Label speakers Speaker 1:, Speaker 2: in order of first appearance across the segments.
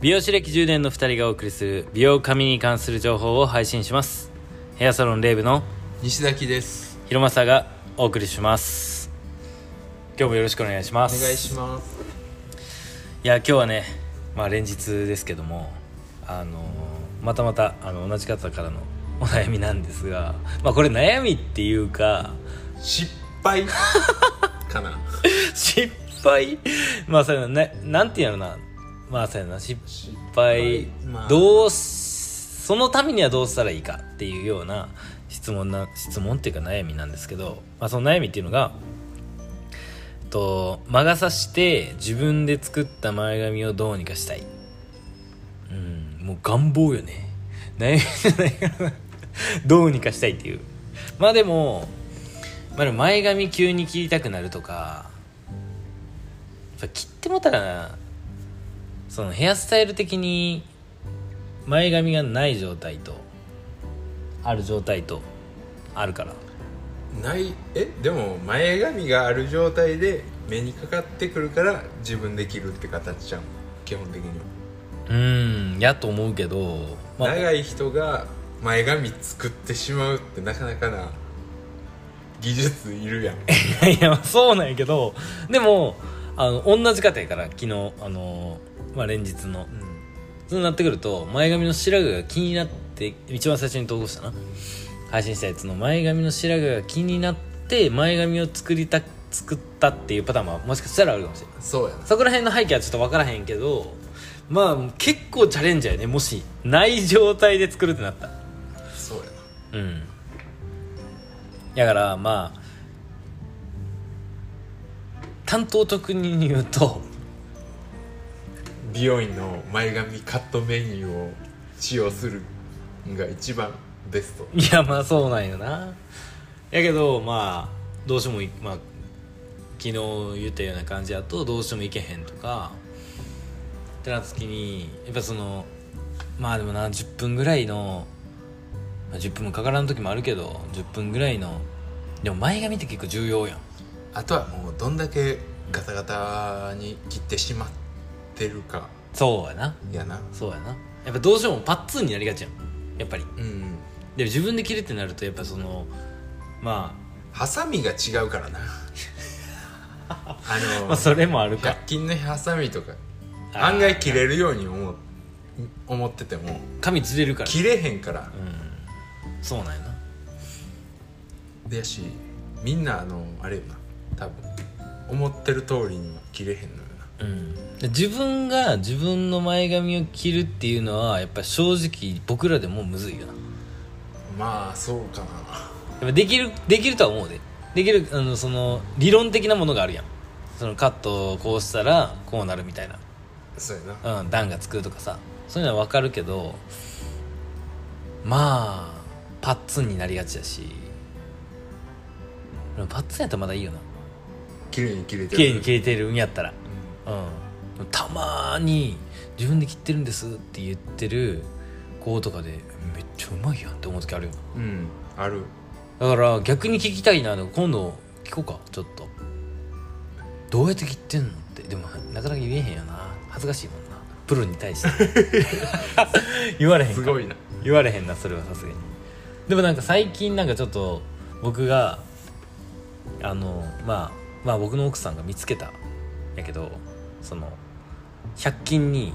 Speaker 1: 美容師歴10年の2人がお送りする美容髪に関する情報を配信しますヘアサロンレイブの
Speaker 2: 西崎です
Speaker 1: 広政がお送りします今日もよろしくお願いしま
Speaker 2: お
Speaker 1: す
Speaker 2: 願いします
Speaker 1: いや今日はね、まあ、連日ですけども、あのーまたまたあの同じ方からのお悩みなんですが、まあ、これ悩みっていうか
Speaker 2: 失 敗かな
Speaker 1: 失敗まあそうやなねなんていうのなまあそうやな失敗
Speaker 2: 失敗まあ
Speaker 1: どうしそのためにはどうしたらいいかっていうような質問な質問っていうか悩みなんですけど、まあ、その悩みっていうのがえっと魔が差して自分で作った前髪をどうにかしたいうんもう願望よね悩みじゃないからどうにかしたいっていうまあでもまあ、でも前髪急に切りたくなるとかやっぱ切ってもたらなそのヘアスタイル的に前髪がない状態とある状態とあるから
Speaker 2: ないえでも前髪がある状態で目にかかってくるから自分で切るって形じゃん基本的には、
Speaker 1: うんやと思うけど、まあ、
Speaker 2: 長い人が前髪作ってしまうってなかなかな技術いるやん
Speaker 1: いやそうなんやけどでもあの同じ方やから昨日あの、まあ、連日のそうなってくると前髪の白髪が気になって一番最初に投稿したな配信したやつの前髪の白髪が気になって前髪を作りた作ったっていうパターンももしかしたらあるかもしれない
Speaker 2: そうやな
Speaker 1: そこら辺の背景はちょっと分からへんけどまあ結構チャレンジャーやねもしない状態で作るってなったら
Speaker 2: そうやな
Speaker 1: うんだからまあ担当特任に言うと
Speaker 2: 美容院の前髪カットメニューを使用するのが一番ベスト
Speaker 1: いやまあそうなんよなやけどまあどうしてもいまあ昨日言ったような感じやとどうしてもいけへんとかってなった時にやっぱそのまあでもな10分ぐらいの、まあ、10分もかからん時もあるけど10分ぐらいのでも前髪って結構重要やん
Speaker 2: あとはもうどんだけガタガタに切ってしまってるか
Speaker 1: そうやな
Speaker 2: やな
Speaker 1: そうやなやっぱどうしてもパッツンになりがちやんやっぱり
Speaker 2: うん
Speaker 1: でも自分で切るってなるとやっぱそのま
Speaker 2: ハサミが違うからなあ
Speaker 1: あ
Speaker 2: の、
Speaker 1: まあそれもあるか
Speaker 2: 100均のハサミとか
Speaker 1: あー
Speaker 2: 案外切れるように思う思ってても
Speaker 1: 髪ずれるから
Speaker 2: 切れへんから
Speaker 1: うんそうなんやな
Speaker 2: でやしみんなあのあれよな多分思ってる通りには切れへんのよな
Speaker 1: うん自分が自分の前髪を切るっていうのはやっぱ正直僕らでもむずいよな
Speaker 2: まあそうか
Speaker 1: や
Speaker 2: な
Speaker 1: っぱできるできるとは思うでできるあのその理論的なものがあるやんそのカットをこうしたらこうなるみたい
Speaker 2: そうやな
Speaker 1: な、うん、段がつくとかさそういうのは分かるけどまあパッツンになりがちだしでもパッツンやったらまだいいよな
Speaker 2: 綺麗に切れて
Speaker 1: 綺
Speaker 2: る
Speaker 1: 麗に切れてるんやったら
Speaker 2: う
Speaker 1: う
Speaker 2: ん
Speaker 1: ん、たまに自分で切ってるんですって言ってる子とかでめっちゃうまいやんって思う時あるよ
Speaker 2: うんある
Speaker 1: だから逆に聞きたいな今度聞こうかちょっとどうやって切ってんのってでもなかなか言えへんよな恥ずかしいもんなプロに対して言われへんか
Speaker 2: すごいな
Speaker 1: 言われへんなそれはさすがにでもなんか最近なんかちょっと僕があのまあまあ僕の奥さんが見つけたんやけどその100均に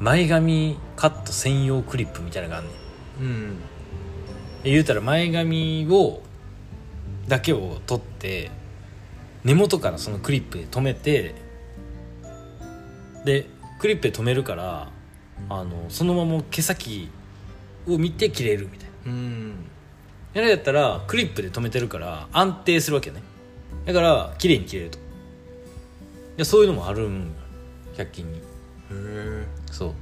Speaker 1: 前髪カット専用クリップみたいなのがあんねん
Speaker 2: うん
Speaker 1: で言うたら前髪をだけを取って根元からそのクリップで留めてでクリップで留めるからあのそのまま毛先を見て切れるみたいな
Speaker 2: うん
Speaker 1: やるやったらクリップで留めてるから安定するわけよねだから綺麗に切れるといやそういうのもあるん100均に
Speaker 2: へえ
Speaker 1: そう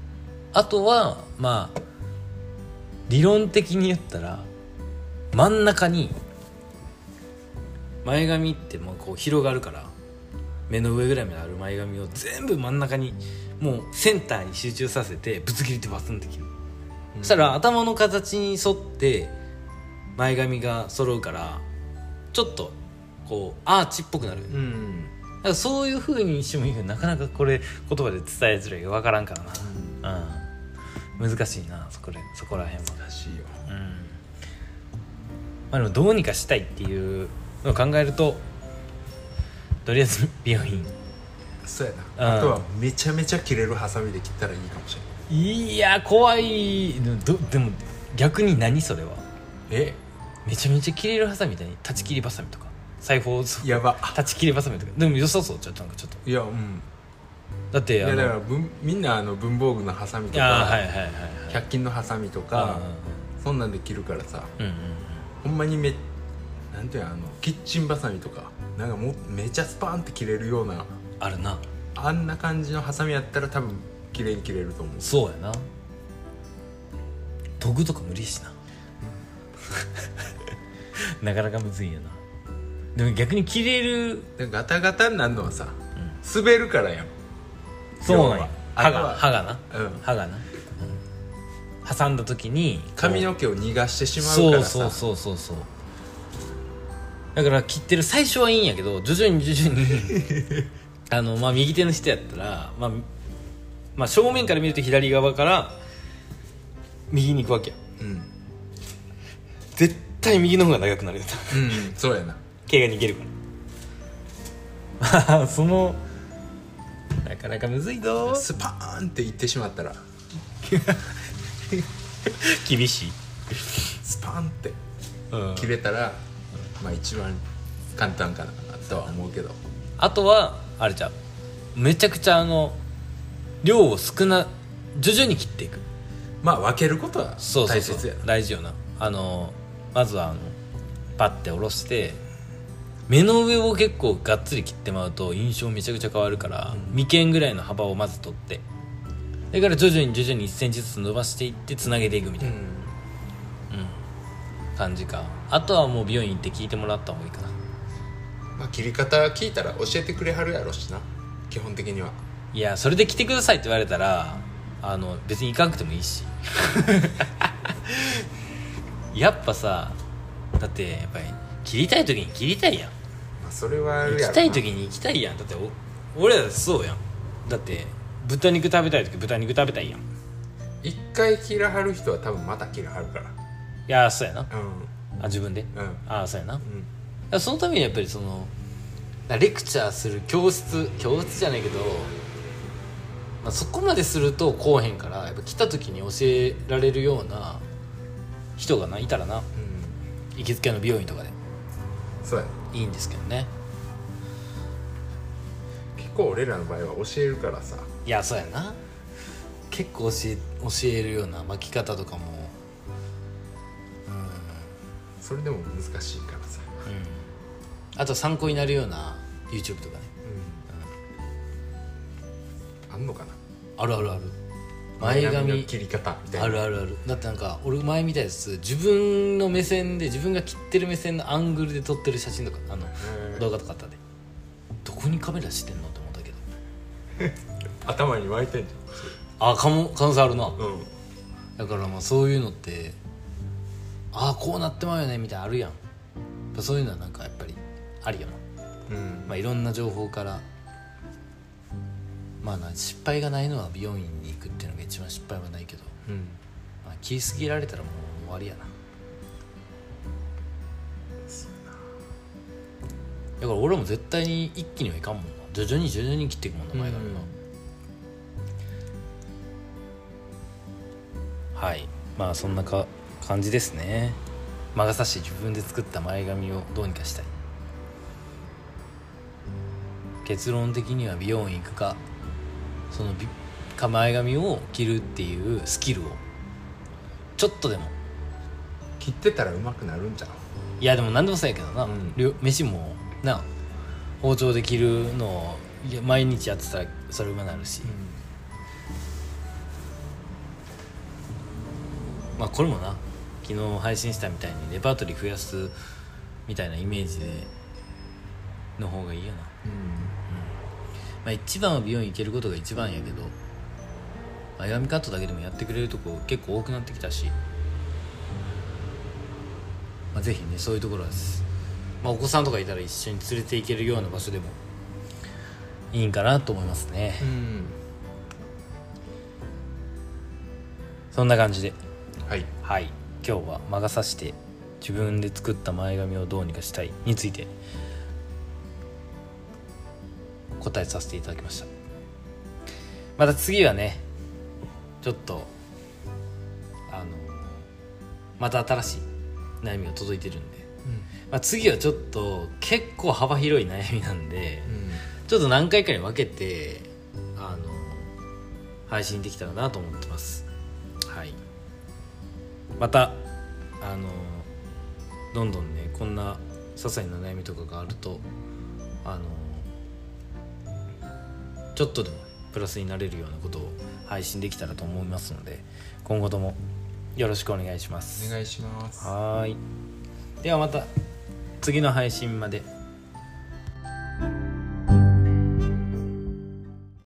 Speaker 1: あとはまあ理論的に言ったら真ん中に前髪ってもうこう広がるから目の上ぐらいまである前髪を全部真ん中にもうセンターに集中させてぶつ切りってバツンって切る、そしたら頭の形に沿って前髪が揃うからちょっとこうアーチっぽくなるよね
Speaker 2: うん
Speaker 1: だからそういうふうにしてもいいけどなかなかこれ言葉で伝えづらい分からんからな
Speaker 2: うん
Speaker 1: うん、難しいなそこらそこら辺は
Speaker 2: らしいよ
Speaker 1: うんまあでもどうにかしたいっていうのを考えるととりあえず美容院
Speaker 2: そうや
Speaker 1: うん
Speaker 2: なあとはめちゃめちゃ切れるハサミで切ったらいいかもしれない
Speaker 1: いや怖いどでも逆に何それは
Speaker 2: え
Speaker 1: めちゃめちゃ切れるハサミみたいに立ち切りバサミとか裁縫をそう
Speaker 2: やば
Speaker 1: 立ち切りバサミとかでも良さそうちょっとなんかちょっと
Speaker 2: いやうん
Speaker 1: だって
Speaker 2: い
Speaker 1: あ
Speaker 2: や
Speaker 1: の
Speaker 2: だから文みんなあの文房具のハサミと
Speaker 1: あーはいはいは
Speaker 2: か
Speaker 1: いはい
Speaker 2: 100均のハサミとかそんなんで切るからさ
Speaker 1: うんうんうん
Speaker 2: ほんまにめなんていうのあのキッチンバサミとかなんかもうめちゃスパーンって切れるような
Speaker 1: あるな
Speaker 2: あんな感じのハサミやったら多分綺麗に切れると思う
Speaker 1: そうやな研ぐとか無理や しななかなかむずいよなでも逆に切れる
Speaker 2: でガタガタになるのはさ、滑るからやん
Speaker 1: そうなん
Speaker 2: 要
Speaker 1: や
Speaker 2: は
Speaker 1: 歯
Speaker 2: あと
Speaker 1: が
Speaker 2: は
Speaker 1: 歯がな、
Speaker 2: うん
Speaker 1: 歯がな、うん挟んだ時にこう
Speaker 2: 髪の毛を逃がしてしまうか
Speaker 1: そう
Speaker 2: らさ
Speaker 1: そうそうそうそうだから切ってる最初はいいんやけど徐々に徐々に あの、まあ、右手の人やったら、まあまあ、正面から見ると左側から右に行くわけや
Speaker 2: うん、うん
Speaker 1: 絶対右の方が長くなるよな
Speaker 2: うん、そうやな
Speaker 1: 毛が逃げるから そのなかなかむずいぞ
Speaker 2: スパーンっていってしまったら
Speaker 1: 厳しい、
Speaker 2: スパーンって
Speaker 1: うん
Speaker 2: 切れたら、まあ一番簡単かなとは思うけど
Speaker 1: あとはあれじゃうめちゃくちゃあの量を少な徐々に切っていく
Speaker 2: まあ分けることは
Speaker 1: そうそう
Speaker 2: 大
Speaker 1: そう
Speaker 2: 切やな
Speaker 1: 大事よなあのまずはあのパッて下ろして目の上を結構がっつり切ってもらうと印象めちゃくちゃ変わるから、眉間ぐらいの幅をまず取ってだから徐々に徐々に1センチずつ伸ばしていってつなげていくみたいな感じか、あとはもう美容院行って聞いてもらった方がいいかな
Speaker 2: うんまあ、切り方聞いたら教えてくれはるやろしな基本的にはい
Speaker 1: やそれで来てくださいって言われたらあの別に行かなくてもいい しやっぱさだってやっぱり切りたい時に切りたいやん
Speaker 2: まあそれはあ
Speaker 1: 行
Speaker 2: るやろ
Speaker 1: きたい時に行きたいやんだってお俺らそうやんだって豚肉食べたい時豚肉食べたいやんい
Speaker 2: 一回切らはる人は多分また切らはるから
Speaker 1: やそうやな
Speaker 2: う
Speaker 1: あ自分で
Speaker 2: んうん
Speaker 1: あそうやな
Speaker 2: うん
Speaker 1: いやそのためにやっぱりそのだレクチャーする教室教室じゃないけど、まあ、そこまでするとこうへんからやっぱ来た時に教えられるような人がないたらな
Speaker 2: うん
Speaker 1: 行きつけの美容院とかで
Speaker 2: そうやない
Speaker 1: いんですけどね
Speaker 2: 結構俺らの場合は教えるからさ
Speaker 1: いやそうやな結構教え教えるような巻き方とかも
Speaker 2: それでも難しいからさ、
Speaker 1: あと参考になるような YouTube とかね
Speaker 2: あんのかな
Speaker 1: あるあるある前
Speaker 2: の
Speaker 1: 髪
Speaker 2: 切り方みたいな
Speaker 1: あるあるあるだってなんか俺前みたいです自分の目線で自分が切ってる目線のアングルで撮ってる写真とかあの
Speaker 2: へー
Speaker 1: 動画とかあったでどこにカメラしてんのと思ったけど
Speaker 2: 頭に巻いてんじ
Speaker 1: あ可能可能性あるな
Speaker 2: ゃんうん
Speaker 1: だからまあそういうのってああこうなってまうよねみたいなのあるやんやっぱそういうのはなんかやっぱりあるよな
Speaker 2: うん
Speaker 1: まあ、いろんな情報から、まあな、失敗がないのは美容院に行くっていうのが一番失敗はないけど、
Speaker 2: うん
Speaker 1: まあ、切りすぎられたらもう終わりやなだから俺も絶対に一気にはいかんもんな徐々に徐々に切っていくもんな前からな、はいまあそんなか感じですね魔が差し自分で作った前髪をどうにかしたい結論的には美容院行くかそのびか前髪を切るっていうスキルをちょっとでも
Speaker 2: 切ってたらうまくなるんじゃん
Speaker 1: いやでも何でもそうやけどな、
Speaker 2: うん
Speaker 1: りょ飯もな包丁で切るのをいや毎日やってたらそれうまなるし、まあこれもな昨日配信したみたいにレパートリー増やすみたいなイメージでの方がいいよな、
Speaker 2: うん
Speaker 1: まあ、一番は美容院行けることが一番やけど前髪カットだけでもやってくれるとこ結構多くなってきたし、まあ、ぜひねそういうところはです、まあ、お子さんとかいたら一緒に連れて行けるような場所でもいいんかなと思いますね、
Speaker 2: うん
Speaker 1: そんな感じで
Speaker 2: はい
Speaker 1: はい今日は魔が差して自分で作った前髪をどうにかしたいについて答えさせていただきましたまた次はねちょっとあのまた新しい悩みが届いてるんで、まあ、次はちょっと結構幅広い悩みなんで、ちょっと何回かに分けてあの配信できたらなと思ってますはいまたあのどんどんねこんな些細な悩みとかがあるとあのちょっとでもプラスになれるようなことを配信できたらと思いますので今後ともよろしくお願いします
Speaker 2: お願いします
Speaker 1: はーいではまた次の配信まで